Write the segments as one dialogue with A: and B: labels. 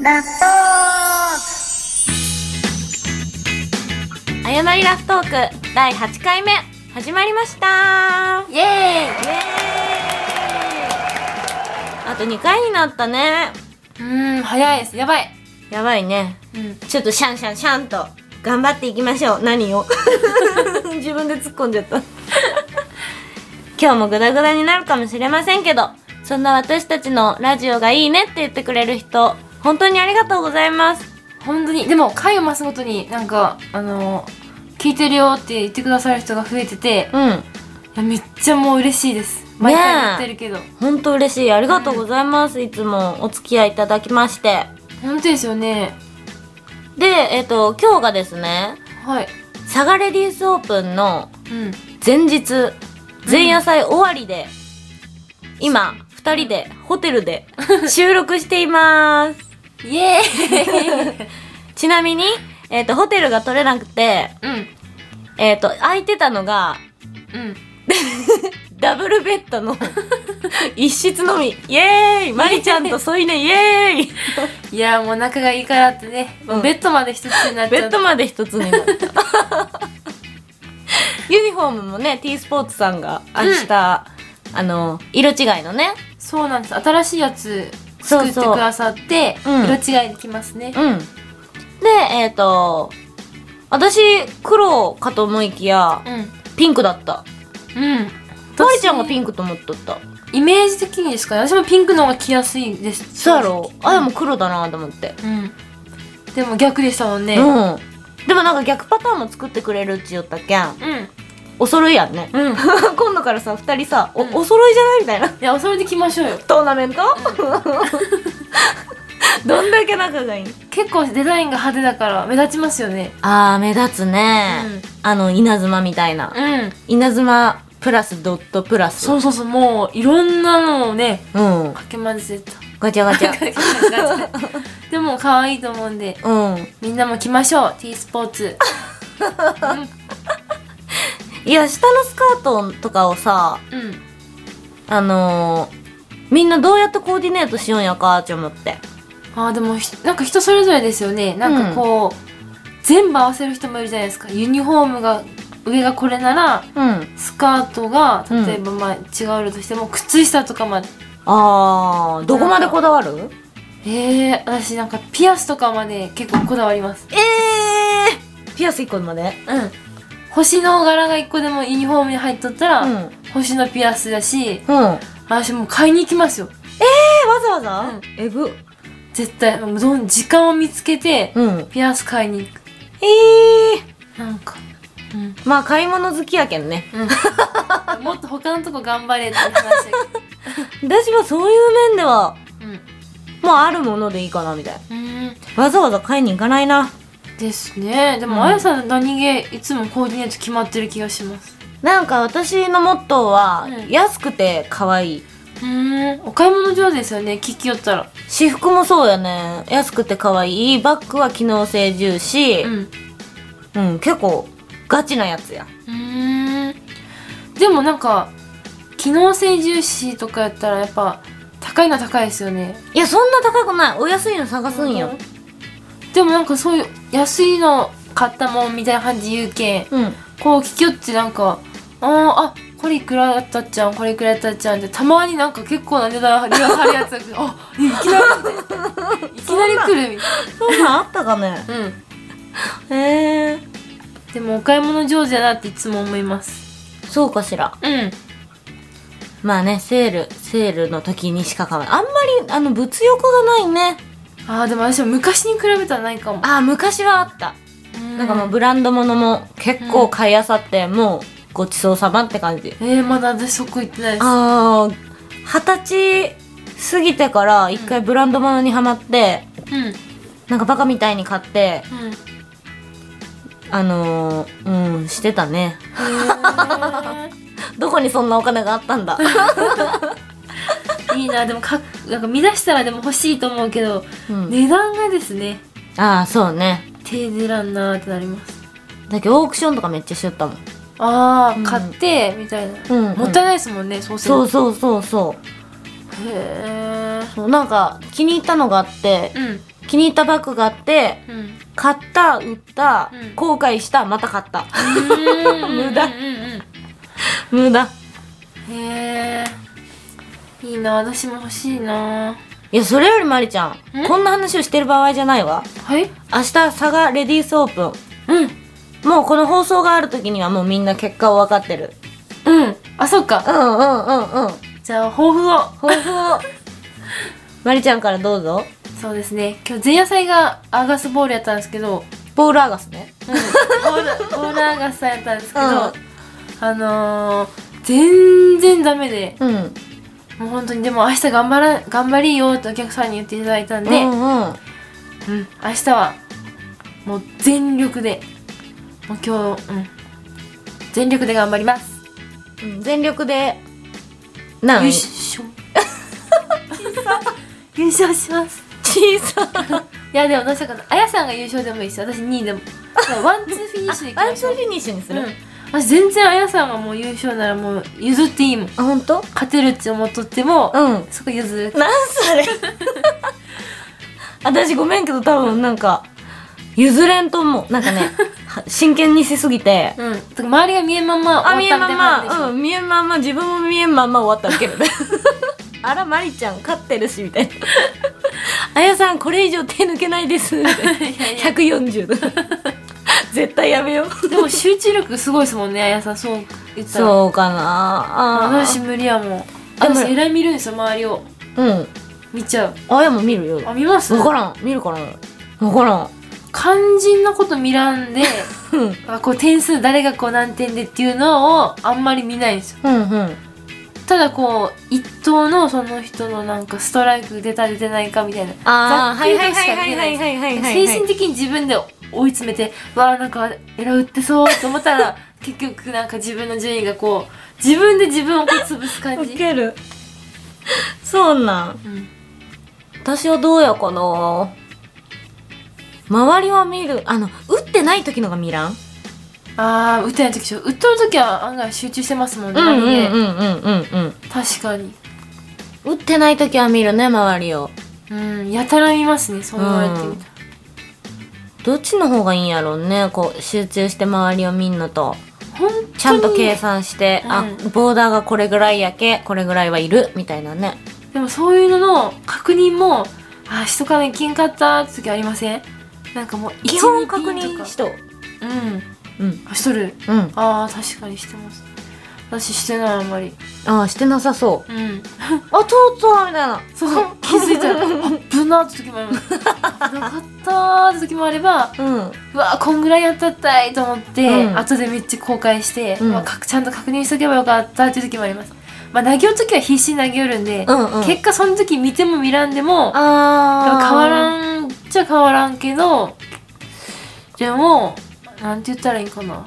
A: ラフト
B: 誤りラフトーク第8回目始まりました
A: イエ
B: イエーイあと2回になったね
A: ーイうーん早いですやばい
B: やばいね
A: うん
B: ちょっとシャンシャンシャンと頑張っていきましょう何 を自分で突っ込んじゃった今日もグダグダになるかもしれませんけどそんな私たちのラジオがいいねって言ってくれる人本当にありがとうございます
A: 本当にでも回を増すごとになんかあの聞いてるよって言ってくださる人が増えてて
B: うん
A: いやめっちゃもう嬉しいです毎回やってるけど、
B: 本当嬉しいありがとうございます、いつもお付き合いいただきまして
A: 本当ですよね
B: でえっ、と今日がですね
A: はい
B: 佐賀レディースオープンの
A: うん
B: 前日前夜祭終わりで、今2人でホテルで収録しています
A: イエ
B: ちなみに、えー、とホテルが取れなくて、
A: ーイ うん
B: えー、と空いてたのが
A: うん
B: ダブルベッドの一室のみイエーイマリちゃんと添い寝イエーイ
A: いやもう仲がいいからってね、
B: うん
A: ベッドまで一つになっち
B: ベ
A: ゃ
B: ッ
A: って
B: ドまで一つにな ったユニフォームもね T スポーツさんが明日、あの色違いのね
A: そうなんです新しいやつ作ってくださって
B: そううん
A: 色違いできますね、
B: うん。で、えっ、と、私、黒かと思いきや、
A: う
B: ピンクだった。
A: んうん
B: まりちゃんがピ
A: ン
B: ンクと思っとった。
A: イメージ的にですかね私もピンクの方が着やすいです
B: そうやろあ、でも黒だなと思って。
A: うんでも逆でしたもんね
B: うん。でもなんか逆パターンも作ってくれるっち言ったけん、
A: うん
B: お揃いやんね。
A: うん
B: 今度からさ、二人さ、お、
A: うん
B: お揃いじゃないみたいな。
A: いやそれで着ましょうよ
B: トーナメント どんだけ仲がいい
A: 結構デザインが派手だから目立ちますよね
B: あー、目立つねあの、稲妻みたいな。
A: うん
B: 稲妻プラスドットプラス。
A: そうそうそうもういろんなのをね
B: うん。
A: かけ混ぜてた
B: ガチャガチ
A: か
B: ャ。
A: け混ぜたでも可愛いと思うんで
B: うん。
A: みんなも着ましょう T スポーツ
B: いや下のスカートとかをさ
A: うん
B: あのー、みんなどうやってコーディネートしようんやかって思って
A: あーでもひなんか人それぞれですよねなんかこう、全部合わせる人もいるじゃないですかユニフォームが上がこれなら
B: うん
A: スカートが
B: うん
A: 例えばまあ違う色としても靴下とかまで
B: あーどこまでこだわる
A: えー、私なんかピアスとかまで結構こだわります
B: えー、ピアス1個まで
A: うん星の柄が一個でもユニフォームに入っとったら、
B: うんうん
A: 星のピアスだし
B: えわ
A: 私もう買いに行きますよ
B: ざわざ、
A: うん
B: えぐ
A: 絶対もうどん時間を見つけて、
B: うん
A: ピアス買いに行く
B: え
A: なんかうん、
B: ー、まあ買い物好きやけんね
A: うん、もっと他のとこ頑張れって話だけど
B: 私はそういう面では
A: うん
B: もうあるものでいいかなみたいな
A: うん
B: わざわざ買いに行かないな
A: ですねでも、
B: うん
A: あやさん何気いつもコーディネート決まってる気がします
B: なんか私のモットーは、
A: うん
B: 安くて可愛い
A: うんお買い物上手ですよね聞きよったら
B: 私服もそうやね安くて可愛いバッグは機能性重視
A: う
B: うん、
A: ん
B: 結構ガチなやつや
A: うんでもなんか機能性重視とかやったらやっぱ高いのは高いですよね
B: いやそんな高くないお安いの探すんよ
A: でもなんかそういう安いの買ったもんみたいな感じ言うけん
B: うん
A: こう聞きよってなんかあーあこれいくらだったっちゃんこれいくらだったっちゃんってたまになんか結構な値段に張るやつが来 てあいきなりみたいないきなり来るみたい
B: そんなんあったかね
A: なうん
B: へえ
A: でもお買い物上手だなっていつも思います
B: そうかしら
A: うん
B: まあねセールセールの時にしか買わないあんまりあの物欲がないね
A: あーでも私も昔に比べたらないかも
B: ああ昔はあった、なんかもうブランド物も結構買いあさって、もうごちそうさまって感じ
A: えー、まだ私そこ行ってないです
B: ああ二十歳過ぎてから一回ブランド物にはまって、
A: うん
B: なんかバカみたいに買って、
A: うんへ
B: あのー、うん、してたね。
A: ー
B: どこにそんなお金があったん だ。
A: いいなでもかなんか見出したらでも欲しいと思うけど、
B: うん
A: 値段がですね
B: ああ、そうね。
A: 手出らんなーってなります
B: だけどオークションとかめっちゃしよったもん。
A: あー、
B: うん
A: 買ってみたいな、
B: うんうん
A: もったいないですもんねそうする
B: そう
A: と
B: そうそうそう。
A: へえ
B: そうなんか気に入ったのがあって、
A: うん
B: 昨気に入ったバッグがあって
A: うん
B: 買った売った、
A: うん
B: 後悔したまた買った
A: 無
B: 無駄無駄
A: へえいいな私も欲しいない
B: やそれよりまりちゃん
A: ん
B: こんな話をしてる場合じゃないわ
A: はい
B: 明日佐賀レディースオープ
A: うん
B: ンもうこの放送がある時にはもうみんな結果を分かってる
A: うんあそっ
B: う
A: か
B: んうんうんうん
A: じゃあ抱負を
B: 抱負 をまりちゃんからどうぞ
A: そうですね今日前夜祭がアーガスボールやったんですけど
B: ポールアガスね
A: うんボールボールアーガスさんやったんですけど、
B: うん
A: あのー、全然ダメで
B: うん
A: もう本当にでも明日頑張ら頑張りよってお客さんに言っていただいたんで、
B: う
A: うん
B: んうん
A: 明日はもう全力でもう今日、うん、全力で頑張ります
B: うん全力でなん
A: 優 勝優勝します
B: 小さ
A: いやでもどうしたかなあやさんが優勝でもいいし私2位でもでもワンツーフィニッシュでいき
B: ア
A: ま
B: ン
A: し
B: チ
A: ょ
B: ョ
A: う
B: フィニッシュにす
A: う
B: る、
A: ん、私全然あやさんがもう優勝ならもう譲っていいもん
B: あ本当
A: 勝てるって思っとっても、
B: うん
A: そこ譲る
B: なんそれ私ごめんけど多分なんか譲れんと思うなんか ねは真剣にしすぎて
A: うんとか周りが見えんまま
B: あ見えんま
A: みたいな
B: まうん見えんまま自分も見えんまま終わったわけどね あらまりちゃん勝ってるしみたいな あやさんこれ以上手抜け ないですみたいな 140度絶対やめよう
A: でも集中力すごいですもんねあやさんそう言ったらう
B: そうかなあ
A: 私
B: ー
A: 無理やもん
B: でも
A: 私えらい見るんですよ周りを
B: うん
A: 見ちゃう
B: あやも見るよ
A: あ見ます
B: 分からん見るから分からん
A: 肝心のこと見 らんで
B: うん
A: あこう点数誰がこう何点でっていうのをあんまり見ないんですよ
B: うんうん
A: ただこう一等のその人のなんかストライク出た出てないかみたいな
B: あー
A: ざっくりとしか見えな
B: は
A: い
B: いはいはいはいはいはいはい
A: 精神的に自分で追い詰めてわあなんかエラ打ってそうと思ったら結局なんか自分の順位がこう自分で自分をこう潰す感
B: ウ
A: じ、
B: ケるそうなん
A: うん、
B: 私はどうやかな周りは見るあの打ってない時のが見らん
A: ああ打てない時ちょ打っとる時は案外集中してますもんね、
B: うんう
A: ね
B: んうんうんうん
A: 確かに
B: 打ってない時は見るね周りを
A: うんやたら見ますねそう言われてみたら
B: どっちの方がいいんやろうねこう集中して周りを見んのと
A: 本当に
B: ちゃんと計算して、あ
A: う
B: ボーダーがこれぐらいやけこれぐらいはいるみたいなね
A: でもそういうのの確認もあーしとかねきんかったって時ありませんなんかもう
B: 基本
A: 1
B: 確
A: 2
B: 認しとう
A: とかうん
B: うん
A: あしとる
B: うん
A: ああ確かにしてます私してないあんまり
B: ああしてなさそう
A: うん
B: あ通ったみたいな
A: そう気づ いたらあ危なって時もあります危なかったーって時もあれば
B: うん
A: うわーこんぐらいやったったいと思って、
B: うん
A: 後でめっちゃ後悔して、
B: うん
A: まあかちゃんと確認しとけばよかったっていう時もありますまあ投げる時は必死に投げよるんで、
B: うんうん
A: 結果その時見ても見らんでもで
B: あ
A: も
B: あ
A: 変わらんじゃ変わらんけどでもなんて言ったらいいんかな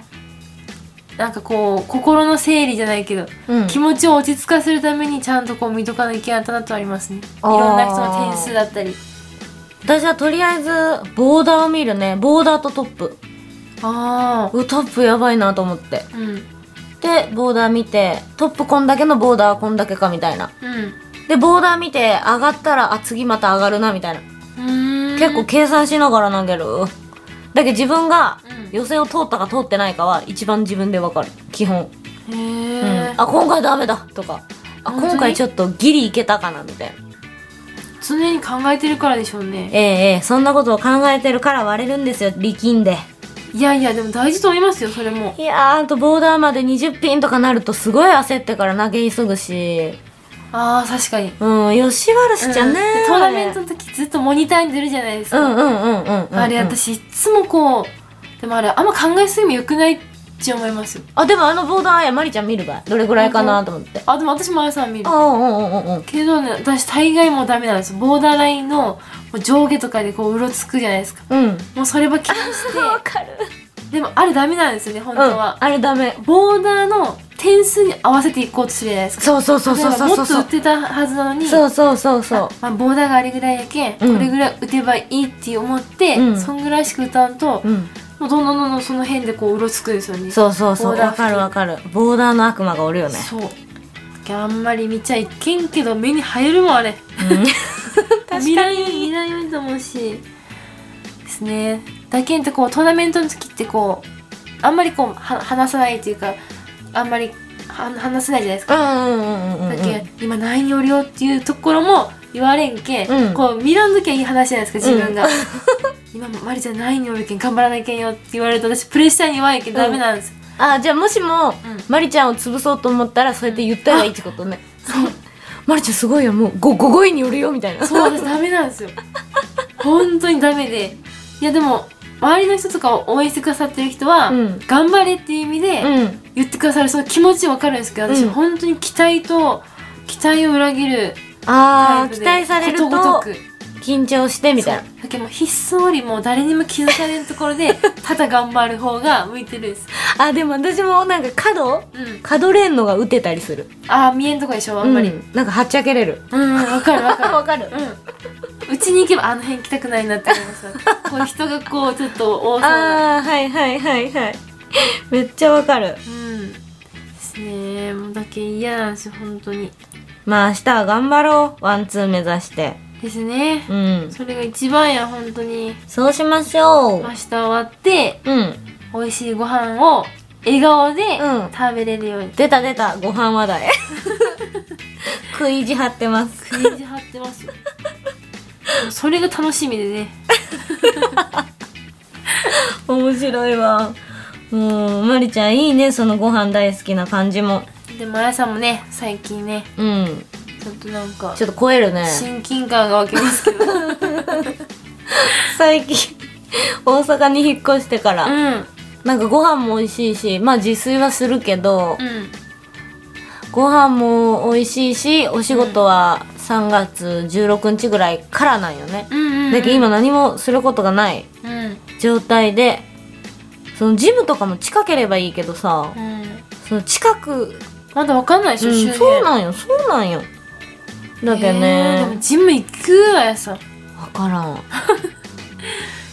A: なんかこう心の整理じゃないけど、
B: うん
A: 気持ちを落ち着かせるためにちゃんとこう見とかなきゃいけないなとはありますねい
B: あー
A: ろんな人の点数だったり
B: 私はとりあえずボーダーを見るねボーダーとトップ
A: あ
B: うわトップやばいなと思って
A: あうんうん
B: でボーダー見てトップこんだけのボーダーはこんだけかみたいなでボーダー見て上がったらあ次また上がるなみたいな
A: うーん
B: 結構計算しながら投げるだけど自分が
A: うん
B: 予選を通ったか通ってないかは一番自分でわかる基本、
A: へ
B: う
A: え、
B: ん、あ今回ダメだとかあ
A: 本当に
B: 今回ちょっとギリいけたかなみたいな
A: 常に考えてるからでしょうね
B: ええええそんなことを考えてるから割れるんですよ力んで
A: いやいやでも大事と思いますよそれも
B: いやーあとボーダーまで20ピンとかなるとすごい焦ってから投げ急ぐし
A: ああ確かに
B: うん吉原しちゃね
A: うんトーナメントの時ずっとモニターに出るじゃないです
B: う
A: か、
B: んうんうんうんうん、うん、
A: あれ私いっつもこうでもあれあんま考えすぎも良くないって思いますよ
B: あでもあのボーダーやまりちゃん見るばいどれぐらいかなと思って
A: あでも私もあやさん見る
B: あうんうんうんうん
A: けどね私大概もうダメなんですボーダーラインのもう上下とかでこううろつくじゃないですか
B: うん
A: もうそれば気にし
B: かる
A: てでもあれダメなんですよね本
B: うん
A: 当は、
B: あれダメ
A: ボーダーの点数に合わせていこうとするじゃないですか
B: そうそうそうそうそう
A: 例え
B: そ
A: ば
B: う
A: もっと
B: そ
A: 打
B: う
A: ってたはずなのに
B: そうそうそうそう
A: まあ、ボーダーがあれぐらいやけん、
B: うん
A: これぐらい打てばいいって思って、
B: うん
A: そんぐらいしか打たんと、
B: うん
A: もうどんどんどんどんその辺でこううろつくんですよね
B: そうそうそ
A: ボ
B: う
A: ーダー
B: わかるわかるボーダーの悪魔がおるよね
A: そういやあんまり見ちゃい けんけど目に入るもんあれ、
B: うん
A: 見ないように見ないようにと思うしですねだけんってこうトーナメントの時ってこうあんまりこうは話さないというかあんまりは話せないじゃないですか、
B: うんうんうんうんうん
A: だけん今何におるよっていうところも言われんけ、
B: うん
A: ん、こう見らんときはいい話じゃないですか自分が、 今マリちゃん何におるけん頑張らなきゃいけんよって言われると私プレッシャーに弱いけんダメなんです、
B: あじゃあもしも、まりちゃんを潰そうと思ったらそうやって言ったらいいってこと ね、そうまりちゃんすごいよもうごご5位によるよみたいな
A: そう私ダメなんですよ本当にダメでいやでも周りの人とかを応援してくださってる人は、
B: うん
A: 頑張れっていう意味で、
B: うん
A: 言ってくださるその気持ちわかるんですけど私、
B: うん
A: 本当に期待と期待を裏切るタ
B: あ
A: イ
B: ー
A: プ
B: 期
A: で
B: 待されると
A: ことごとく
B: 緊張してみたいな
A: そうだけどもうひっそりもう誰にも気づかれるところ でただ頑張る方が向いてるんです、
B: あでも私もなんか角
A: うん、
B: 角れんのが打てたりする
A: ああ見えんとこでしょあんまり
B: うんなんかはっちゃけれる
A: うんわ、かるわかる
B: わかる
A: うんうちに行けばあの辺来たくないなって思いますこう人がこうちょっと多そうな
B: あーはいはいはいはいめっちゃわかる
A: うんですねもうだけ嫌なんですよ本当に
B: まあ明日は頑張ろうワンツー目指して
A: ですね
B: うん
A: それが一番や本当に
B: そうしましょう
A: 明日終わって
B: うん
A: 美味しいご飯を笑顔で
B: うん
A: 食べれるように、
B: 出た出たご飯話 題食い意地張ってます
A: ページ貼って ますよそれが楽しみでね
B: 面白いわもうまりちゃんいいねそのご飯大好きな感じも
A: でもあやさんもね最近ね
B: うん
A: ちょっとなんか
B: ちょっと超えるね
A: 親近感が湧きますけどうん
B: 最近 大阪に引っ越してから、なんかご飯も美味しいしまあ自炊はするけど、
A: うん
B: ご飯も美味しいしお仕事は3月16日ぐらいからなんよね、
A: うんうんうん
B: だけど今何もすることがない
A: うん
B: 状態でそのジムとかも近ければいいけどさ、
A: うん
B: その近く、
A: まだわかんないでしょ、
B: うん
A: 周年
B: そうなんよそうなんよだけど
A: えー
B: ね
A: でもジム行くあやさん
B: 分から ん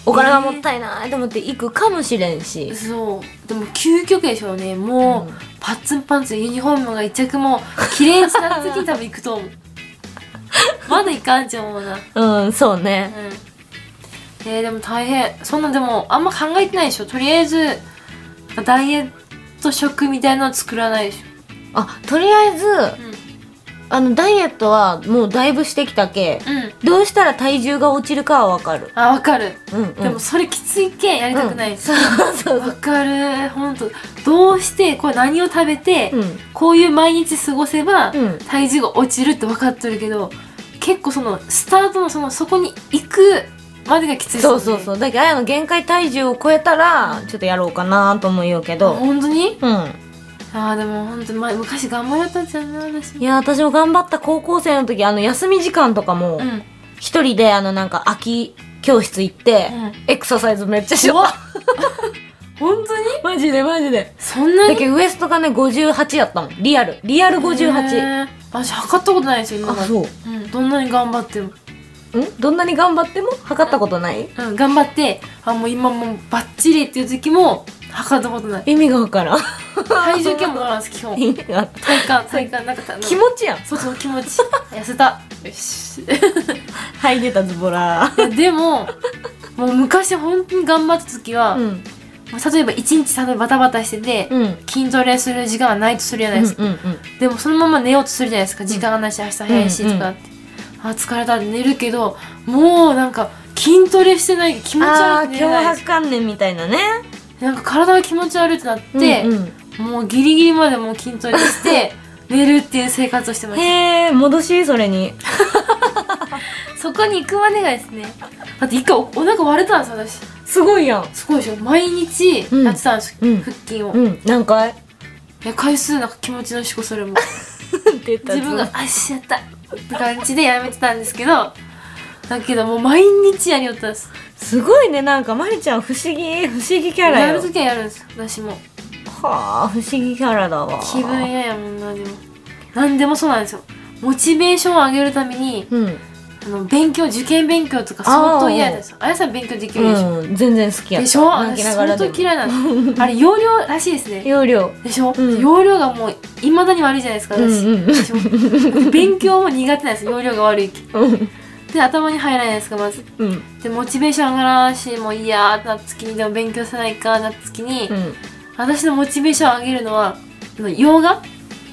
B: お金がもったいないと思って行くかもしれんし、
A: そうでも究極でしょうねもう、
B: うん
A: パッツンパンツンユニフォームが一着も綺麗にした時に多分行く と思うまだ行かんちゃ思うな
B: うん、そうね。
A: うんえー、でも大変そんなでもあんま考えてないでしょとりあえずダイエット食みたいなの作らないでし
B: あ、とりあえず、
A: ょ
B: あの、ダイエットはもうだいぶしてきたけ、
A: うん、うん、
B: どうしたら体重が落ちるかはわかる。
A: あわかる、
B: うん、うん。
A: でもそれきついけんやりたくない
B: うん
A: です
B: そうそうそ
A: わ、かるほんとどうしてこれ何を食べて、
B: う。うん。
A: こういう毎日過ごせば、
B: うん
A: 体重が落ちるって分かってるけど結構そのスタートのそのそこに行くまでがきつい
B: そうそうそうう。だけど、あやの限界体重を超えたら、ちょっとやろうかなとも言うけど。
A: 本当に
B: うん。
A: ああでも本当に前昔頑張りよったんじゃんな私
B: いや、私も頑張った高校生の時、あの、休み時間とかも
A: う、ん
B: 一人で、あの、なんか、空き教室行って
A: うん、
B: エクササイズめっちゃしよ
A: 怖っ
B: う。
A: 本当に
B: マジでマジで。
A: そんな
B: だ
A: に
B: けど、ウエストがね、58やったもん。リアル。リアル58。
A: へー私測ったことないですよ今まで
B: あそう
A: うん、どんなに頑張っても
B: んどんなに頑張っても測ったことない
A: うん頑張ってあもう今もうバッチリっていう時も測ったこ とない
B: 意味がわからん
A: 体重計も乗らんです基本
B: 意味が
A: 体感体感なんかた
B: 気持ちやん
A: そうそう気 持ち痩せたよし
B: はい出たズボラ
A: いや でももう昔本当に頑張った時は、
B: う
A: も
B: ん
A: う例えば一日例えばバタバタしてて、
B: うんうん
A: 筋トレする時間がないとするじゃないですか、
B: うん
A: でもそのまま寝ようとするじゃないですか時間がないし明日早いしとかって、あ疲れたって寝るけどもうなんか筋トレしてない気持ち
B: ああ
A: 悪くて寝れ
B: 脅
A: ない
B: 迫観念みたいなね
A: なんか体が気持ち悪いってなって、
B: うんうん
A: もうギリギリまでもう筋トレして 寝るっていう生活をしてまし
B: へえ戻しそれに
A: たそこに行くまでがですねだって一回おお腹割れたんです私
B: すごいやん
A: すごいでしょ毎日やってたんです、
B: うん
A: 腹筋を、
B: うん何回
A: いや回数なんか気持ちのしこそれも
B: 出た
A: 自
B: ズ
A: 分
B: ボ
A: が
B: ラ
A: 「あしやった」って感じでやめてたんですけどだけどもう毎日やりよったんです
B: すごいねなんかまりちゃん不思議不思議キャラ
A: や
B: よ
A: るときはやるんです私も
B: はあ不思議キャラだわ
A: 気分嫌やもんなでも何でもそうなんですよモチベーションを上げるために
B: うん
A: あの勉強受験勉強とか相当嫌ですあやさん勉強できるでしょ、
B: うん全然好きやった
A: でしょ
B: 泣
A: 私
B: きながら
A: 相当
B: でも
A: 嫌いなんですあれ容量らしいですね
B: 容量
A: でしょ、
B: うん
A: 容量がもういまだに悪いじゃないですか私、
B: うんうん
A: でしょ勉強も苦手なんです容量が悪い
B: うん
A: で頭に入らないですかまず
B: うん
A: でモチベーション上がらんしもういやーってなった時にでも勉強せないかなった時に、
B: うん
A: 私のモチベーション上げるのはあの洋画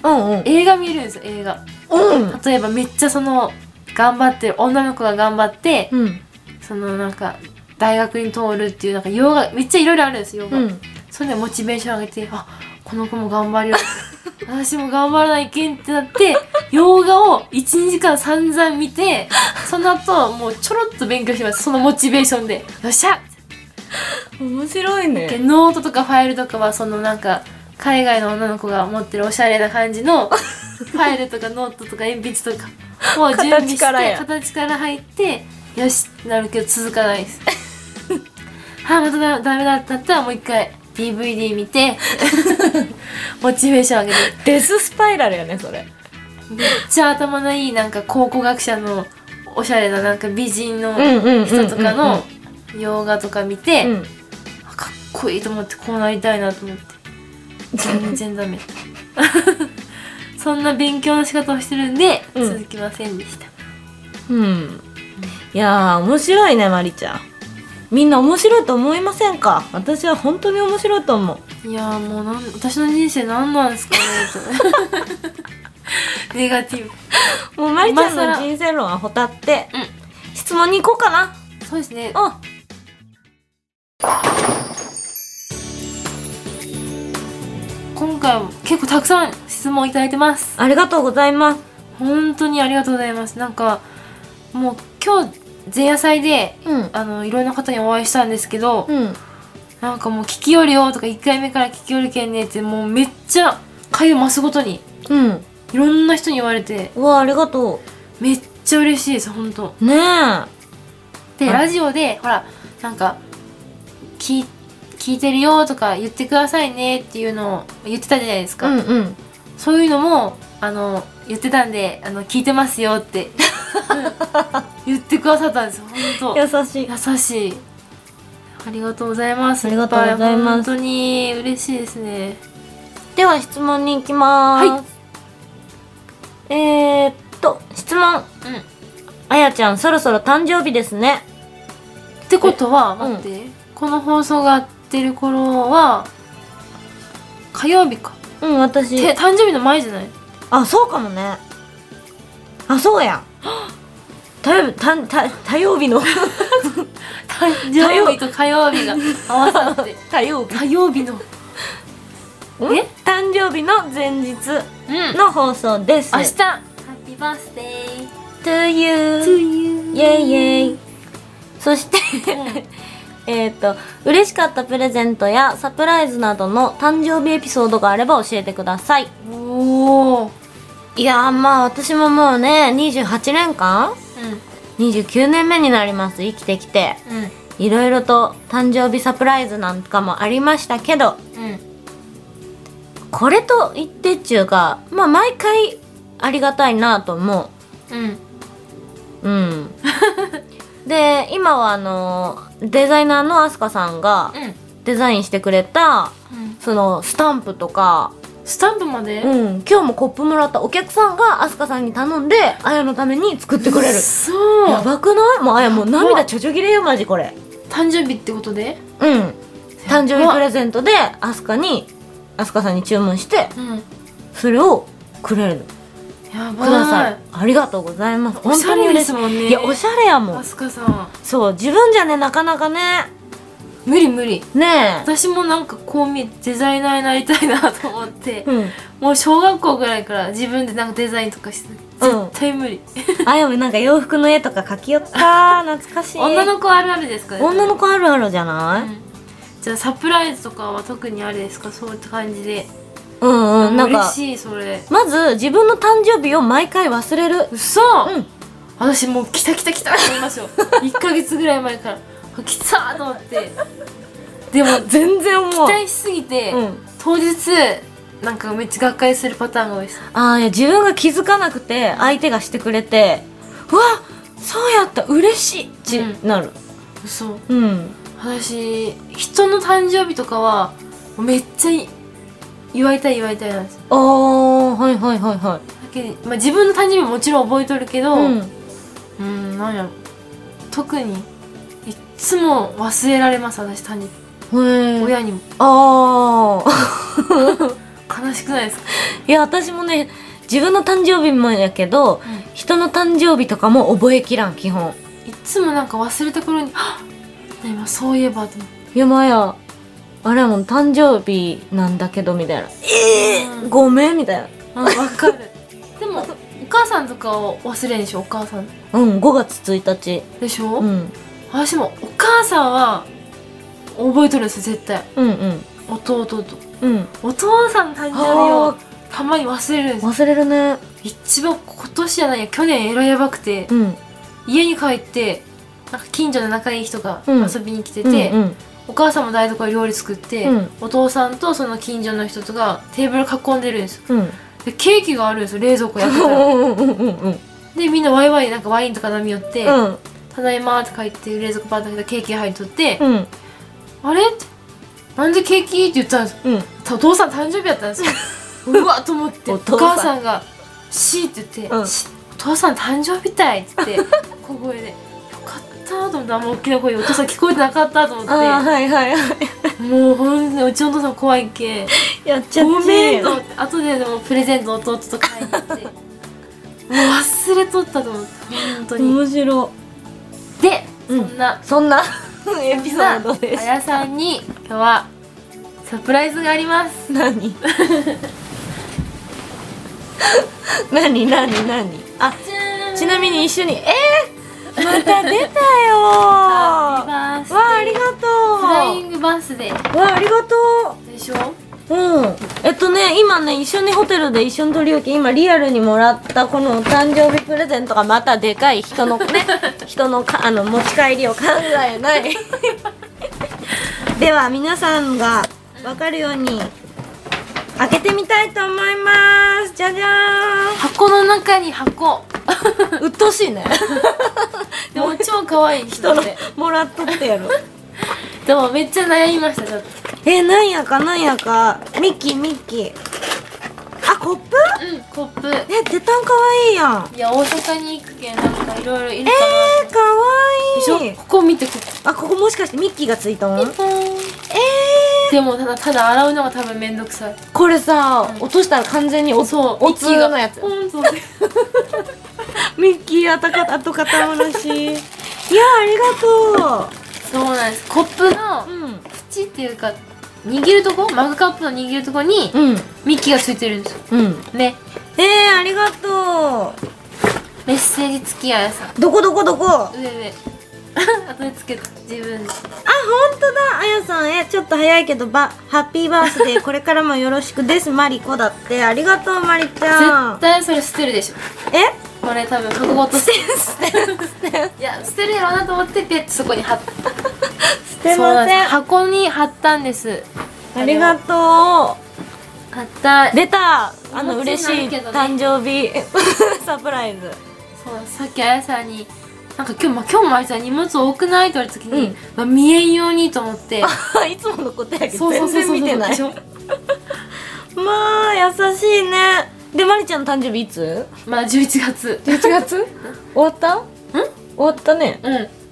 B: うんうん
A: 映画見るんですよ映画
B: うん
A: 例えばめっちゃその頑張ってる女の子が頑張って、
B: うん
A: そのなんか大学に通るっていうなんか洋画めっちゃいろいろあるんです洋画、
B: うん
A: それでモチベーション上げてあこの子も頑張るよ 私も頑張らないけんってなって洋画を1時間散々見てその後もうちょろっと勉強しますそのモチベーションでよっしゃ
B: 面白い
A: で
B: ね
A: ノートとかファイルとかはそのなんか海外の女の子が持ってるおしゃれな感じ のファイルとかノートとか鉛筆とかを準備し
B: 形
A: て
B: からや
A: 形から入ってよしってなるけど続かないです あまたダメダメだったったらもう一回 DVD 見 てモチベーション上げて
B: デススパイラルやねそれ
A: めっちゃ頭のいいなんか考古学者のおしゃれななんか美人の
B: うんうんうん
A: 人とかの洋画とか見て、
B: うん
A: あかっこいいと思ってこうなりたいなと思って全然ダメ そんな勉強の仕方をしてるんで、
B: うん
A: 続きませんでした
B: うんいやー面白いねまりちゃんみんな面白いと思いませんか私は本当に面白いと思う
A: いやーもうなん私の人生何なんですかねと ネガティブ
B: もうまりちゃん
A: 今
B: の
A: 更
B: 人生論はほたって、
A: う
B: 質問に行こうかな
A: そうですね
B: うん
A: 今回も結構たくさん質問いただいてます
B: ありがとうございます
A: 本当にありがとうございますなんかもう今日前夜祭で
B: うん
A: あのいろんな方にお会いしたんですけど、
B: うん
A: なんかもう聞きよるよとか1回目から聞きよるけんねってもうめっちゃ回を増すごとに
B: うん
A: いろんな人に言われて
B: うわありがと
A: めっちゃ嬉しいです本当
B: うねえ
A: で
B: はい
A: ラジオでほらなんか聞い聞いてるよとか言ってくださいねっていうのを言ってたじゃないですか、
B: うん
A: そういうのもあの言ってたんであの聞いてますよって、 言ってくださったんですよ本当
B: 優しい
A: 優しいありがとうございます
B: ありがとうございます
A: っぱ本当に嬉しいですね
B: では質問に行きます、
A: は
B: えー、っと質問
A: うん
B: あやちゃんそろそろ誕生日ですね
A: ってことは
B: えうん
A: 待って、この放送があってる頃は火曜日か
B: うん私
A: て誕生日の前じゃない
B: あそうかもねあそう やんたよたた火曜日の
A: 誕生日と火曜日が合わさって
B: 火曜
A: 火曜日の
B: え誕生日の前日
A: うん明日
B: の放送です
A: ハッピーバースデー
B: To
A: to
B: you イェ
A: you
B: イイェイそして
A: うん
B: えっと嬉しかったプレゼントやサプライズなどの誕生日エピソードがあれば教えてください
A: おおうん
B: いやーまあ私ももうね28年間29年目になります生きてきていろいろと誕生日サプライズなんかもありましたけど
A: うんうん
B: これと言ってっちゅうかまあ毎回ありがたいなと思
A: うん
B: ううん で今はあのデザイナーのアスカさんが
A: うん
B: デザインしてくれた
A: うん
B: そのスタンプとか、
A: スタンプまで、
B: うん、今日もコップもらったお客さんがアスカさんに頼んであやのために作ってくれる
A: そう
B: やばくないもうあやもう涙ちょちょぎれよマジこれ
A: 誕生日ってことで
B: うん誕生日プレゼントでアスカにアスカさんに注文して
A: うん
B: それをくれる
A: やばい
B: くださいありがとうございます
A: お
B: 本
A: しゃ
B: 当に
A: れで
B: 嬉し
A: すもんね
B: いいやおしゃれやも
A: ア
B: ん
A: スカさん
B: そう自分じゃねなかなかね
A: 無理無理
B: ね
A: 私もなんかこう見えてデザイナーになりたいなと思って
B: えうん
A: もう小学校ぐらいから自分でなんかデザインとかして
B: うん
A: 絶対無理、
B: あやもなんか洋服の絵とか描きよった懐かしい
A: 女の子あるあるですかね
B: 女の子あるあるじゃない、
A: うんじゃあサプライズとかは特にあれですかそういった感じで
B: うんうん、なん
A: 嬉
B: か、
A: しいそれ
B: まず自分の誕生日を毎回忘れる。
A: 嘘、
B: うん。
A: 私もう来た来た来たって思 いますよ1ヶ月ぐらい前からあ来たと思って でも
B: 全然思う。
A: 期待しすぎて、
B: うん。
A: 当日なんかめっちゃがっかりするパターンが多いです
B: ああ、いや、自分が気づかなくて、相手がしてくれて、うわそうやった嬉しいって
A: う
B: なる。
A: 嘘
B: うん。
A: 私人の誕生日とかはめっちゃい祝いたい祝いたいなんですだ
B: ああ、はいはいはいはい。
A: けど、まあ、自分の誕生日ももちろん覚えとるけど、
B: うん。
A: もうんなんやろ特にいっつも忘れられます私他人
B: へえ
A: 親にも
B: ああ
A: 悲しくないですか、
B: いや私もね自分の誕生日もやけど人の誕生日とかも覚えきらん基本
A: いっつもなんか忘れた頃に「あっ今そういえば」と思って
B: 今やあれやもん誕生日なんだけどみたいなええ
A: うん
B: ごめんみたい
A: うんわ かるでもお母さんとかを忘れんでしょお母さん
B: なうん5月1日
A: でしょ、
B: うん
A: 私もお母さんは覚えとるんですよ絶対
B: うんうん
A: 弟と
B: うん
A: お父さんの誕生日をたまに忘れるんですよ
B: 忘れるね
A: 一番今年じゃないや去年えらいやばくて
B: うん
A: 家に帰ってなんか近所の仲いい人が
B: うん
A: 遊びに来てて、
B: うん
A: お母さんも台所で料理作って、
B: うん
A: お父さんとその近所の人とがテーブル囲んでるんですよ
B: うんうん
A: でケーキがあるんですよ冷蔵庫やって たら
B: うんうんうんうん
A: でみんなワイワイなんかワインとか飲み寄って、
B: うん
A: ただいまーって書いて冷蔵庫パッと開けたらケーキ入っとって、
B: うん
A: あれってなんでケーキって言ったんですよ
B: うん
A: お父さん誕生日やったんですよ うわっと思って
B: お
A: お
B: 父さん
A: 母さんが「し」って言って「
B: うん
A: しお父さん誕生日たい」って 言って小声で「よかった」と思ってあんま大きな声でお父さん聞こえてなかったと思っ
B: ああ
A: て
B: はいはいはい
A: もうほんとにうちのお父さん怖いけん
B: やっちゃっ
A: ごめん
B: ち
A: と思って後ででもプレゼント弟と買いに行ってもう忘れとったと思って本当に
B: 面白
A: で、
B: うん
A: そんな
B: そんな エピソードで
A: あ
B: す
A: やさんに今日はサプライズがあります
B: 何 何何何あちなみに一緒にえー、また出たよー
A: ハッピ
B: わあ
A: ーバースデー
B: ありがと
A: フライ
B: う
A: ングバースデー
B: わあありがと
A: でしょう
B: ううんえっとね今ね一緒にホテルで一緒に取り置き今リアルにもらったこのお誕生日プレゼントがまたでかい人の ね人のかあの持ち帰りを考えない では皆さんが分かるように開けてみたいと思いますじゃじゃ
A: 箱の中に箱
B: ーんうっとうしいね
A: でも超可愛い人
B: 人の
A: で
B: もらっとってやろ
A: でもめっちゃ悩みましたちょっと
B: えなんやかなんやかミッキーミッキーあコップ
A: うんコップ
B: えテタンかわいいやん
A: いや大阪に行くけんなんかいろいろいるか
B: えー、かわい
A: なで
B: い
A: しょここ見てこ
B: あここもしかしてミッキーがついたの
A: こでもただただ洗うのが多分めんどくさい
B: これさ落としたら完全にお
A: そう
B: おつ
A: 息が
B: のやつ
A: ポンと
B: ミッキーあたか後片もなしい やありがと
A: そうなんですコップの
B: ううん
A: 口っていうか握るとこマグカップの握るとこに
B: うん
A: ミッキーがついてるんですよ
B: うん
A: ね
B: えー、ありがと
A: メッセージ付きあやさん
B: うどこどこどこあ
A: 上上 後でつけた自分で
B: 本当だあやさんえちょっと早いけどばハッピーバース デーこれからもよろしくですマリコだってありがとうマリちゃん
A: 絶対それ捨てるでしょ
B: え
A: これ多分箱ごと捨てる捨てるいや捨てるやろうなと思ってペッてそこに貼って
B: 捨てません
A: 箱に貼ったんです
B: ありがと
A: 貼った
B: う出たあの
A: 気持
B: 嬉
A: ち
B: し
A: にないるけどね
B: 誕生日 サプライズ
A: そうさっきあやさんになんか今日,、まあ、今日もあやさん荷物多くないって言われた時
B: う
A: に、
B: ん
A: まあ、見えんようにと思って
B: あいつものことやけ
A: そ
B: ど
A: うそう
B: 全然
A: そうそう
B: 見てない
A: でしょ
B: まあ優しいねでまりちゃんの誕生日いつ
A: まあ11月
B: ?11 月終わったん終わったね
A: うん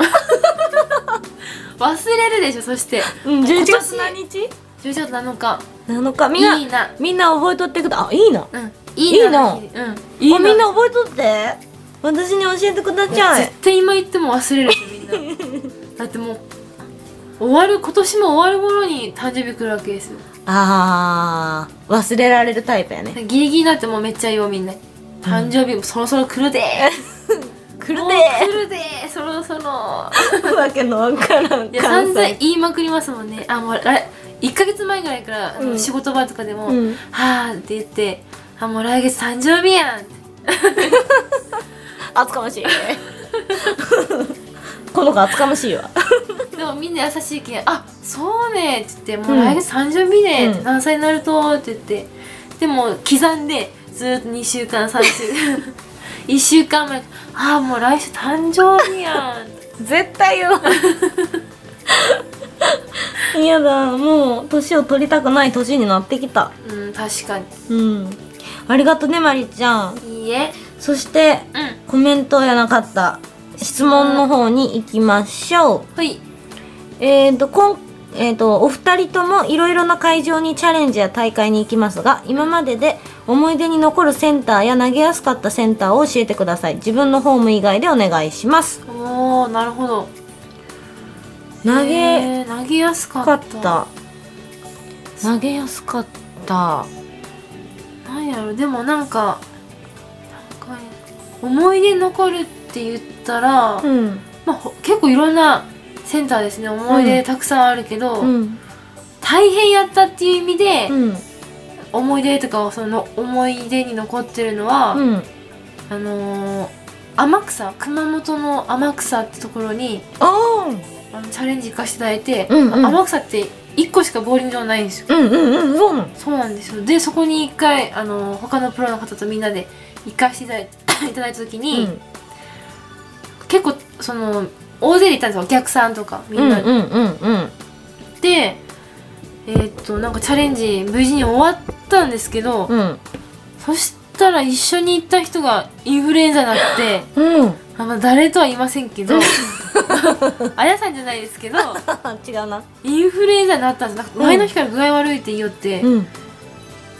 A: 忘れるでしょそして
B: うん11月
A: 今年
B: 何日
A: 11月7日
B: ?7 日みんない
A: いな
B: みんな覚えとってくだあいいな
A: うん
B: いいな
A: の日うん
B: いみんな覚えとって私に教えてください
A: 絶対今言っても忘れるよみん なだってもう終わる今年も終わる頃に誕生日来るわけですよ
B: あー忘れられるタイプやね
A: ギリギリになってもうめっちゃ言おうみんな誕生日そろそろ来るで
B: 来る
A: もう
B: で
A: 来るでそろそろ
B: わけのわからん
A: いや散々言いまくりますもんねあもう来1ヶ月前ぐらいから、あの
B: うん
A: 仕事場とかでも「
B: うん
A: はあ」って言って「あもう来月誕生日やん」って
B: 厚かましい この子厚かましいわ
A: でもみんな優しいけん「あそうね」って言って「もう来月誕生日ね」って
B: うん
A: 何歳になると」って言ってでも刻んでずーっと2週間3週 間1週間前「ああもう来週誕生日やん」
B: 絶対よ嫌だもう年を取りたくない年になってきた
A: うん確かに
B: うんありがとねまりちゃん
A: いいえ
B: そして
A: うん
B: コメントやなかった質問の方に行きましょう。
A: はい
B: えー、とこん、えー、とお二人ともいろいろな会場にチャレンジや大会に行きますが今までで思い出に残るセンターや投げやすかったセンターを教えてください自分のホーム以外でお願いします
A: おーなるほど
B: 投げや
A: えー投げやすか
B: す
A: っ
B: か
A: た
B: った投げやすかった
A: なんやろでもなんかなんか思い出に残るって言ったら、
B: うん
A: まあ、ほ結構いろんなセンターですね思い出たくさんあるけど、
B: うん
A: 大変やったっていう意味で、
B: うん
A: 思い出とかその思い出に残ってるのは、
B: うん
A: あのー天草熊本の天草ってところに
B: あー
A: あのチャレンジ行かせていただいて、
B: うんうん
A: 天草って1個しかボーリング場ないんですよ
B: うんうんうんそうなの
A: そうなんですよでそこに一回、あのー他のプロの方とみんなで行かせていただいいただいた時に、結構その大勢で行ったんですよお客さんとかみ
B: うん
A: んなで、
B: うんうんうん
A: でえーっとなんかチャレンジ無事に終わったんですけど、
B: うん
A: そしたら一緒に行った人がインフルエンザにな って
B: うん
A: あの誰とは言いません けどあやさんじゃないですけど
B: 違うな
A: インフルエンザになったんですなんか前の日から具合悪いって言いよって、
B: うん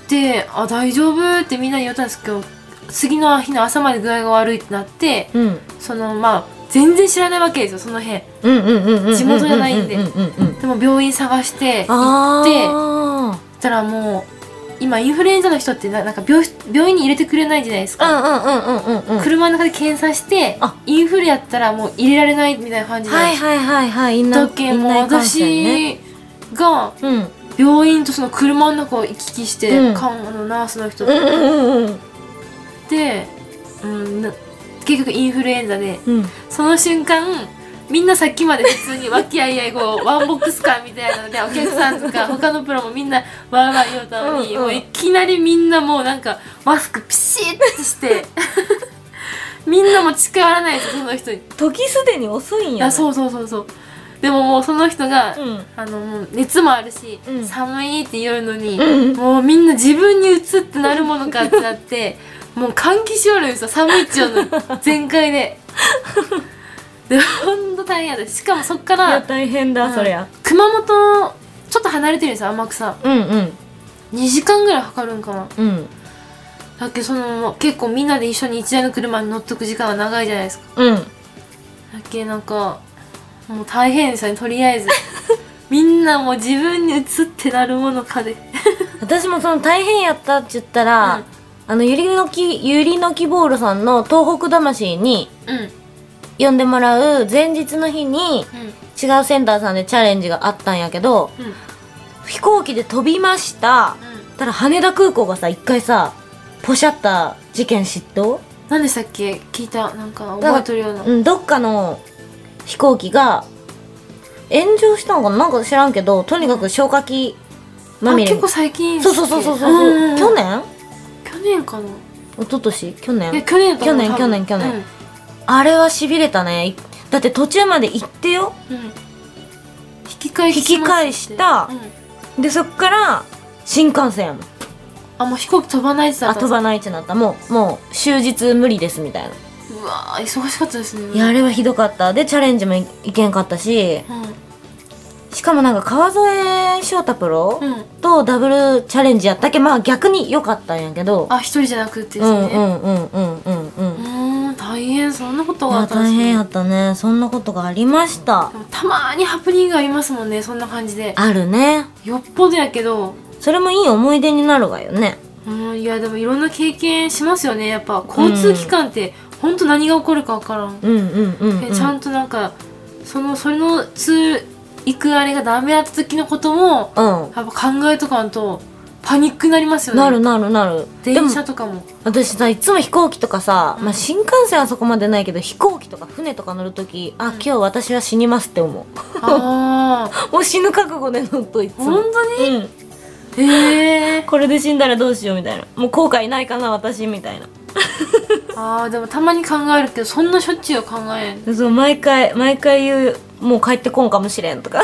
A: で「あ大丈夫?」ってみんなに言ったんですけど次の日の朝まで具合が悪いってなって
B: うん
A: そのまあ全然知らないわけですよその辺
B: うんうんうんうん
A: 地元じゃないんで
B: うんうんうんうん
A: でも病院探して行
B: あ
A: って
B: ー
A: ったらもう今インフルエンザの人ってななんか病室病院に入れてくれないじゃないです
B: う
A: か、
B: んうんうんうんうんうん
A: 車の中で検査して
B: あ
A: インフルやったらもう入れられないみたいな感じで、
B: はいはいはいはい
A: だけもう
B: ね
A: 私が
B: うんうん
A: 病院とその車の中を行き来して、
B: うん
A: 看あのナースの人
B: う
A: と
B: んうん
A: で、うん、な結局インフルエンザで
B: うん
A: その瞬間みんなさっきまで普通に和気あいあいこうワンボックスカーみたいなのでお客さんとか他のプロもみんなわーわー言うたのに
B: うんうん
A: もういきなりみんなもうなんかマスクピシッとして みんなも近寄らないとその人に
B: 時すでに遅いん
A: い
B: や
A: やそううそうそうそうでももうその人が、
B: うん
A: あのもう熱もあるし、
B: うん
A: 寒いって言うのに、
B: うん
A: もうみんな自分にうつってなるものかってなって もう換気しよるんですよ寒いっちゅうのに全開で でほんと大変やでしかもそっか
B: いや
A: ら
B: 大変だそりゃ
A: 熊本ちょっと離れてるんですよ天草
B: うんうん
A: 2時間ぐらいかかるんかな
B: うん
A: だっけその結構みんなで一緒に一台の車に乗っとく時間が長いじゃないですか
B: うん
A: だっけなんかもう大変ですよねとりあ えずみんなもう自分にうつってなるものかで
B: 私もその大変やったって言ったら、
A: うん
B: あのゆりのきゆりのきボールさんの東北魂に
A: うんうん
B: 呼んでもらう前日の日に違うセンターさんでチャレンジがあったんやけど
A: うん
B: 飛行機で飛びました
A: うん
B: ただ羽田空港がさ一回さポシャった事件知っと
A: 何でしたっけ聞いたなんか覚えとるような
B: う、ん、どっかの飛行機が炎上したのかななんか知らんけどとにかく消火器ま
A: あ
B: みれ
A: 結
B: に
A: 構最近
B: そうそうそうそうそう
A: うんうんうん
B: 去年
A: 去年かな
B: 一昨年去
A: いや
B: 年
A: 去年だと思う
B: 去年
A: 多分
B: 去年去年あれはしびれたねいだって途中まで行ってよ
A: うん、うん引き返し
B: 引き返した
A: うん、
B: でそっから新幹線やもん
A: あもう飛行機飛ばないって言
B: あ
A: った
B: 飛
A: んで
B: ばないってなったもうもう終日無理ですみたいな、
A: すうわー忙しかったですね
B: いやあれはひどかったでチャレンジもいいけんかったし
A: う
B: しかもなんか川添翔太プロ、
A: ん、うん、
B: とダブルチャレンジやったっけまあ逆に良かったんやけど
A: あ一人じゃなくてで
B: う
A: す
B: んう
A: ね
B: んうんうんうんうんい
A: うーん大変そんなことがあ
B: や
A: ったんで
B: 大
A: すね
B: 変やったねそんなことがありました
A: でもたまーにハプニングありますもんねそんな感じで
B: あるね
A: よっぽどやけど
B: それもいい思い出になるわよね
A: うんいやでもいろんな経験しますよねやっぱ交通機関って本当何が起こるかわからん、
B: うんうんうん、う
A: えちゃんとなんかそのそれの通行くあれがダメだった時のことも
B: う
A: やっぱ考えとかんとパニックになりますよ
B: ん
A: ね
B: なるなるなるでも
A: 電車とかも
B: 私さいつも飛行機とかさ、まあ、新幹線はそこまでないけど飛行機とか船とか乗るときあ、今日私は死にますって思う
A: ああ
B: もう死ぬ覚悟で乗っといつも
A: 本当に
B: うん
A: ええ
B: これで死んだらどうしようみたいなもう後悔ないかな私みたいな
A: あーでもたまに考えるけどそんなしょっちゅうは考えん
B: そう毎回毎回言うもう帰ってこんかもしれんとか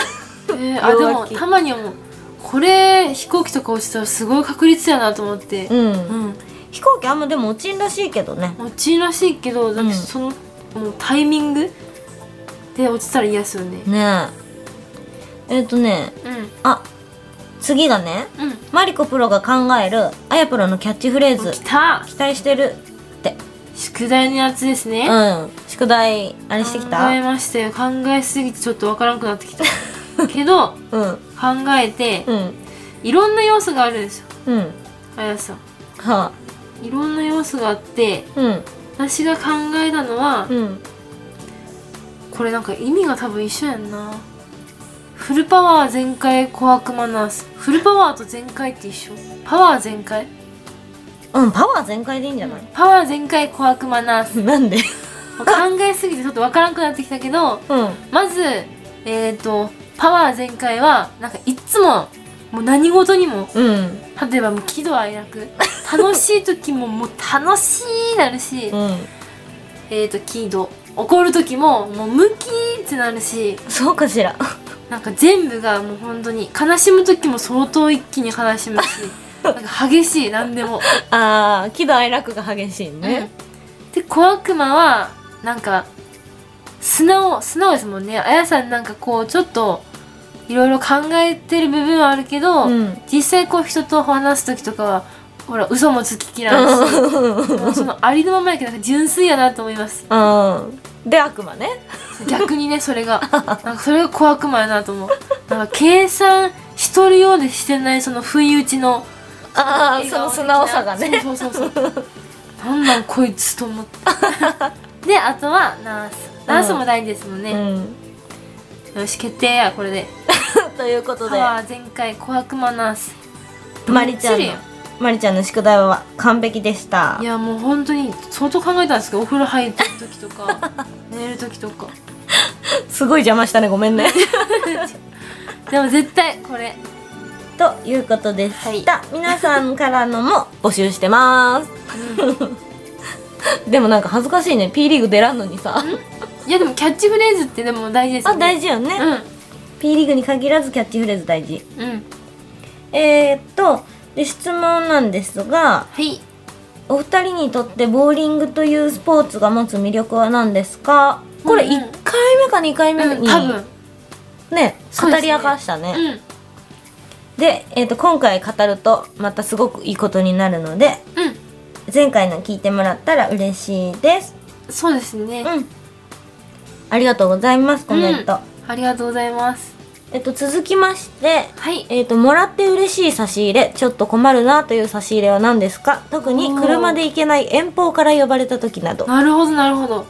A: えー、あで
B: 弱
A: も
B: 気
A: たまにはもうこれ飛行機とか落ちたらすごい確率やなと思って
B: うん、
A: うん
B: 飛行機あんまでも落ちんらしいけどね
A: 落ちるらしいけどだってその、もうタイミングで落ちたら嫌っすよね
B: ねええっ、とね
A: う
B: あ次がね
A: んうん
B: マリコプロが考えるあやプロのキャッチフレーズ
A: 来た
B: 期待してるって
A: 宿題のやつですね、
B: うん宿題あれしてき
A: 考
B: た
A: えましたよ考えすぎてちょっとわからなくなってきた けど考
B: うん
A: えて
B: うん
A: いろんな要素があるんですよ
B: うん
A: あやさん
B: はい
A: ろんな要素があって
B: あうん
A: 私が考えたのは、
B: うん
A: これなんか意味が多分一緒やんなフルパワー全開小悪魔ナースフルパワーと全開って一緒パワー全開
B: うんパワー全開でいいんじゃない、
A: パワー全開小悪魔ナー ス
B: なんで
A: もう考えすぎてちょっとわからなくなってきたけど
B: うん
A: まずえっ、ー、とパワー全開はなんかいっつももう何事にも
B: うん
A: 例えばもう喜怒哀楽楽しい時ももう楽しいなるし、
B: うん
A: えっ、ー、と喜怒怒る時ももうムキーってなるし
B: そうかしら
A: なんか全部がもう本当に悲しむ時も相当一気に悲しむ しなんか激しい何でも。
B: あー喜怒哀楽が激しいね
A: で小悪魔はなんか素直素直ですもんねあやさんなんかこうちょっといろいろ考えてる部分はあるけど、
B: うん
A: 実際こう人と話す時とかはほら嘘もつき嫌いだし
B: う
A: もうそのありのままやけどなんか純粋やなと思います
B: ん、 うん、で悪魔ね
A: 逆にねそれがなんかそれが小悪魔やなと思うなんか計算しとるようでしてないその不意打ちの
B: ああその素直さがね
A: そうそうそうそうなんなんこいつと思って であとはナースナースも大事ですも ん
B: う
A: ね、
B: ん
A: よし決定やこれで
B: ということ
A: パ
B: で
A: ワー全開小悪魔ナース
B: マリちゃん
A: ばっ
B: の
A: ちりや
B: マリちゃんの宿題は完璧でした
A: いやもう本当に相当考えたんですけどお風呂入ってる時 とか寝る時とか
B: すごい邪魔したねごめんね
A: でも絶対これ
B: ということでした、皆さんからのも募集してます、 でもなんか恥ずかしいね P リーグ出らんのにさ
A: いやでもキャッチフレーズってでも大事ですよ
B: あ
A: ね
B: 大事よね、P リーグに限らずキャッチフレーズ大事
A: うんうん
B: えー、っとで質問なんですが
A: はい
B: お二人にとってボーリングというスポーツが持つ魅力は何ですかこれ
A: うんうん
B: 1回目か2回目
A: うん
B: に、
A: 多分
B: ね
A: そうで
B: 語
A: すね
B: り明かしたねで
A: うん
B: えー、っと今回語るとまたすごくいいことになるので
A: うん
B: 前回の聞いてもらったら嬉しいです
A: そうですね、
B: うんありがとうございますコメント、
A: ありがとうございます
B: えっと続きまして
A: はい
B: えー、ともらって嬉しい差し入れちょっと困るなという差し入れは何ですか特に車で行けない遠方から呼ばれた時など
A: なるほどなるほど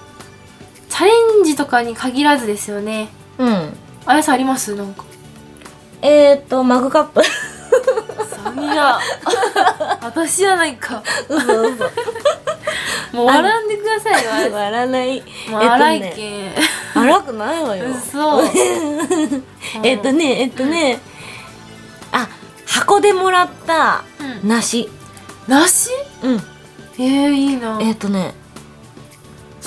A: チャレンジとかに限らずですよね
B: うん
A: あやさんありますなんか
B: えっ、ー、とマグカップ
A: サミラ 私じゃないか
B: 嘘嘘
A: もう笑んでくださいよあや
B: 笑らない
A: さんもう荒い
B: えっとね
A: けん
B: 荒くないわよ
A: 嘘
B: えっとねえっとねあ箱でもらった
A: うん
B: 梨
A: 梨
B: うん
A: えー、いいな
B: えっ、とね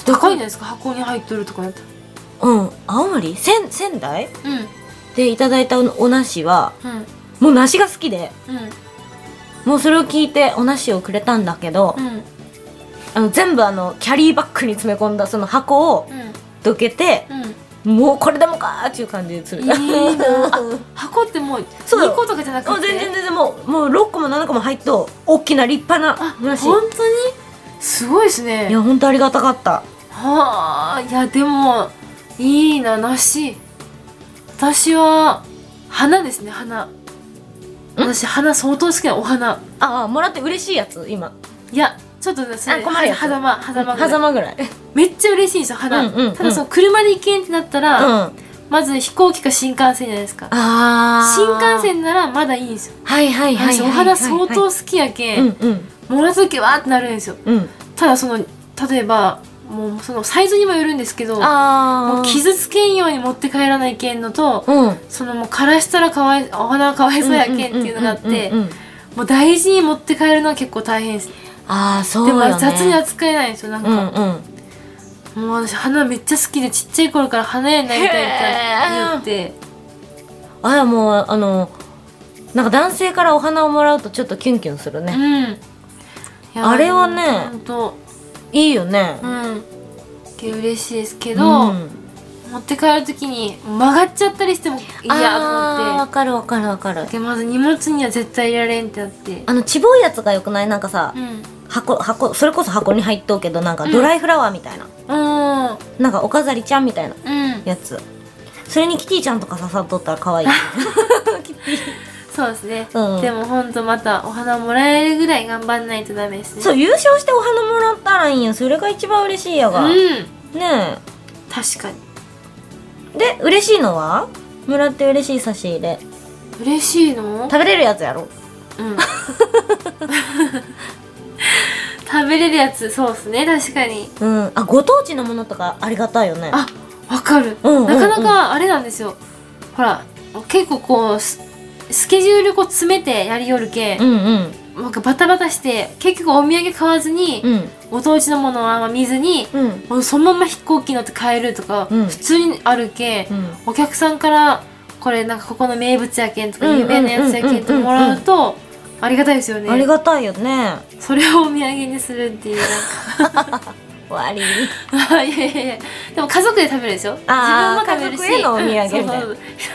A: 高いんじゃないですか箱に入っとるとかだった
B: うん青森仙仙台
A: らうん
B: でいただいたおお梨は
A: うん
B: もう梨が好きで
A: うん
B: もうそれを聞いてお梨をくれたんだけど、
A: うん
B: あの全部あのキャリーバッグに詰め込んだその箱を
A: うん
B: どけて、
A: うん
B: もうこれでもかーっていう感じでする。
A: いいな あ
B: もう
A: 箱ってもう
B: そうよ
A: 2個とかじゃなくて
B: 全然全然もうもう6個も7個も入っと大きな立派
A: あ
B: な
A: 本
B: 梨
A: 当にすごいですね
B: いや本当ありがたかった
A: はあいやでもいいな梨私は花ですね花私花相当好きなお花
B: ああもらって嬉しいやつ今
A: いやちょっとねそ
B: あ
A: れ
B: 困るやつ
A: 狭間狭間ぐらい
B: 狭間ぐらい
A: めっちゃ嬉しいんですよ花、
B: うんうんうん
A: ただその車で行けんってなった
B: うん
A: ら、
B: あ
A: まず飛行機か新幹線じゃないですか
B: あ
A: 新幹線ならまだいいんですよ
B: はいはいはい
A: 私
B: は
A: お
B: い
A: 花相当
B: は
A: 好きや
B: い
A: け
B: はいうん
A: ん、
B: うん
A: もらう時わーってなるんですよ
B: うん
A: ただその例えばもうそのサイズにもよるんですけど
B: ああ
A: もう傷つけんように持って帰らないけんのと、
B: うん
A: そのもう枯らしたらかわいお花かわいそうやけんっていうのがあっ
B: うんうん
A: て
B: うんうんうん
A: もう大事に持って帰るのは結構大変です、
B: ああそう
A: で
B: よ
A: も
B: ね
A: 雑に扱えないんですよなん
B: うん
A: か、
B: うん
A: もう私花めっちゃ好きでちっちゃい頃から花屋になりたいって言って
B: あやもうあのなんか男性からお花をもらうとちょっとキュンキュンする
A: う
B: ね、
A: んいや
B: あれはね
A: 本当
B: いいよね、
A: うんげえ嬉しいですけど、
B: うん
A: 持って帰る時に曲がっちゃったりしてもいや
B: あ
A: と
B: ー
A: 思
B: わ
A: っ
B: かるわかるわかる
A: てでまず荷物には絶対入れられんってなって
B: あのちぼいやつがよくないなんかさ、
A: うん
B: 箱箱それこそ箱に入っとうけどなんか
A: うん
B: ドライフラワーみたいな、
A: うん
B: なんかお飾りちゃんみたいな
A: うん
B: やつそれにキティちゃんとか刺さっとったら可愛い
A: そうですね、
B: うん
A: でもほんとまたお花もらえるぐらい頑張んないとダメですね
B: そう優勝してお花もらったらいいんよそれが一番嬉しいや
A: う
B: が、ね
A: ん
B: え
A: 確かに
B: で嬉しいのはもらって嬉しい差し入れ
A: 嬉しいの
B: 食べれるやつやろ
A: うん 食べれるやつそうですね確かに
B: うんあご当地のものとかありがたいよね
A: あわかる、
B: うんうんうん
A: なかなかあれなんですよほら結構こうススケジュールこう詰めてやりよるけ
B: う、んうん
A: なんかバタバタして結局お土産買わずに、
B: うん
A: ご当地のものはあんま見ずに、
B: うん
A: もうそのまま飛行機乗って帰るとか、
B: うん
A: 普通にあるけ、
B: うん
A: お客さんからこれなんかここの名物やけんとか
B: うん
A: 有名なやつやけんってもらうとありがたいですよね
B: ありがたいよね
A: それをお土産にするっていう
B: 終わり
A: なんかいやいやいやでも家族で食べるでしょ自分
B: あー
A: も食べるし
B: 家族へのお土産みたいな
A: うんそうそ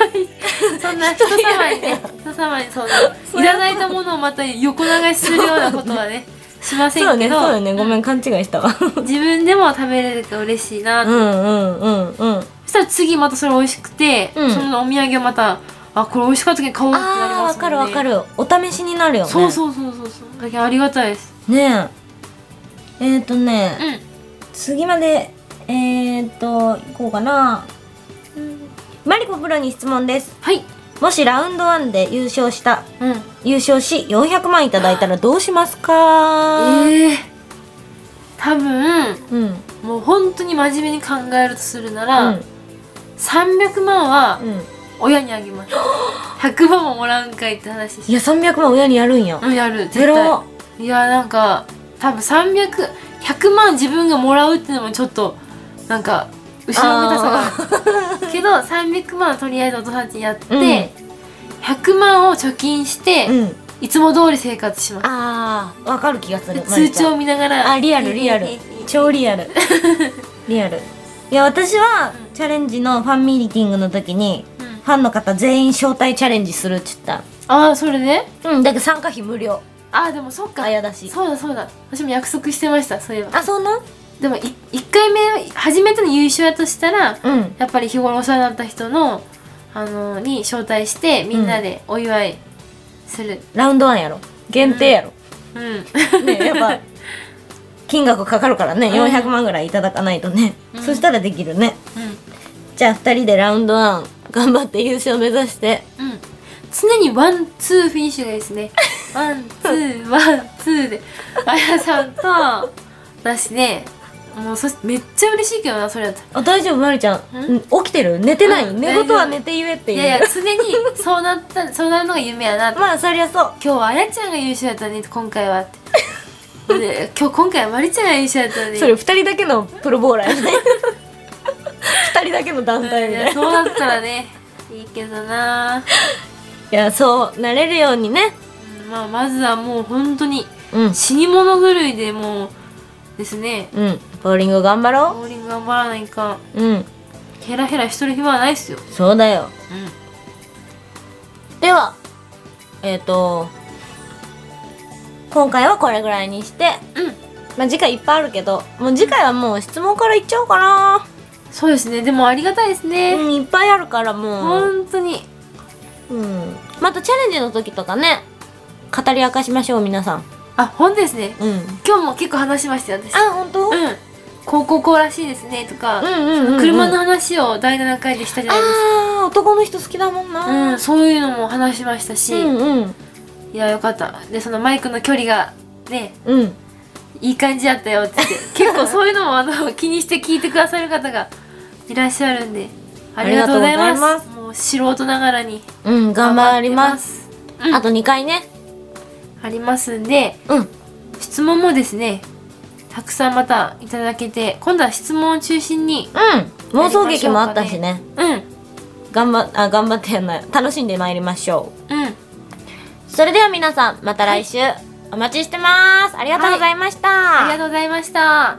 A: うそんな人様にね人様にそのいらないたものをまた横流しするようなことはねしませ
B: そうん
A: け
B: ね
A: ど
B: そうよねごめん勘違いしたわ
A: 自分でも食べれると嬉しいな
B: うんうんうんうん
A: そしたら次またそれ美味しくて、
B: うん
A: そのお土産をまたあこれ美味しかったけん買おうってなり
B: あー
A: ます
B: わか
A: もんね
B: るわかるお試しになるよね
A: そうそうそうそうそうだけどありがたいです
B: ねええっ、ー、とね、
A: うん
B: 次までえっ、ー、といこうかな、マリコプロに質問です
A: はい
B: もしラウンド1で優勝した
A: うん
B: 優勝し400万いただいたらどうしますか
A: ええー、多分
B: うんうん
A: もう本当に真面目に考えるとするなら、
B: うん
A: 300万は親にあげ ます、100万ももらうんかいって話
B: い
A: し
B: や300万親にやるんや
A: うんやる絶
B: ゼ
A: 対
B: ロ
A: いやなんか多分300100万自分がもらうっていうのもちょっとなんか後ろめたさがある けど300万はとりあえずお父さんちにやって、
B: うん
A: 100万を貯金して、
B: うん
A: いつも通り生活します
B: あーわかる気がするマ
A: 通
B: リちゃん
A: 帳見ながら
B: あリアルリアル超リ アルリアルいや私は
A: うん
B: チャレンジのファンミーティングの時に
A: うん
B: ファンの方全員招待チャレンジするって言っ
A: ああそれで
B: たうんだけど参加費無料
A: ああでもそっか
B: あやだし
A: そうだそうだ私も約束してましたそういえば
B: あそうなん
A: でも1回目初めての優勝やとしたら、
B: うん
A: やっぱり日頃お世話になった人の、あのに招待してみんなでお祝いする。
B: ラウンドワンやろ限定やろ、
A: うん。
B: ねやっぱ金額かかるからね
A: ん
B: 400万ぐらいいただかないとね、
A: うん
B: そしたらできるね
A: う
B: じゃあ2人でラウンドワン頑張って優勝目指して
A: ん。うん。常にワン、ツーフィニッシュがいいです ね。ワン、ツー、ワン、ツーで。あやさんと、私ね、もうそしめっちゃ嬉しいけどな、それだと。
B: あ大丈夫まるちゃん
A: ん
B: ん起きてる寝てない、
A: うん
B: 寝言は寝て言えって
A: い
B: いう
A: やいや、常にそうなった、 そうなるのが夢やなって。
B: まあそりゃそう
A: 今日はあやちゃんが優勝やったね、今回はって。で今日今回はまりちゃんが優勝やったね。
B: それ2人だけのプロボーラーやね 2人だけの団体みたいな、
A: そうなったらねいいけどな、
B: いやそうなれるようにね
A: うんまあまずはもう本当に
B: うん
A: 死に物狂いでもうですね
B: うんボーリング頑張ろ
A: ボーリング頑張らないかん
B: ううん
A: ヘラヘラしてる暇はないっすよ
B: そうだよ
A: うん
B: ではえっ、と今回はこれぐらいにして
A: うん
B: まあ次回いっぱいあるけどもう次回はもう質問からいっちゃおうかな
A: そうですねでもありがたいです
B: う
A: ね、
B: んいっぱいあるからもう、
A: 本当に
B: うん、またチャレンジの時とかね語り明かしましょう皆さん
A: あ本当ですね
B: うん
A: 今日も結構話しましたよ私
B: あ本当、
A: うんこうこうこうらしいですねとか、
B: うんうんうんうん
A: 車の話を第7回でしたじゃないですか
B: あー男の人好きだもんな
A: うん、そういうのも話しましたし、
B: うんうん
A: いやよかったでそのマイクの距離がね
B: うん
A: いい感じだったよって 言って結構そういうのもあの気にして聞いてくださる方がいらっしゃるんでありがとうございます
B: ありがと
A: もう素人ながらに
B: うん頑張ります
A: す
B: あと2回ね
A: ありますんで
B: うん
A: 質問もですねたくさんまたいただけて今度は質問を中心に
B: うん妄想劇もあったしね
A: うんうん
B: 頑張あ頑張ってやんない楽しんでまいりましょうそれでは皆さんまた来週お待ちしてますありがとうございました、
A: ありがとうございました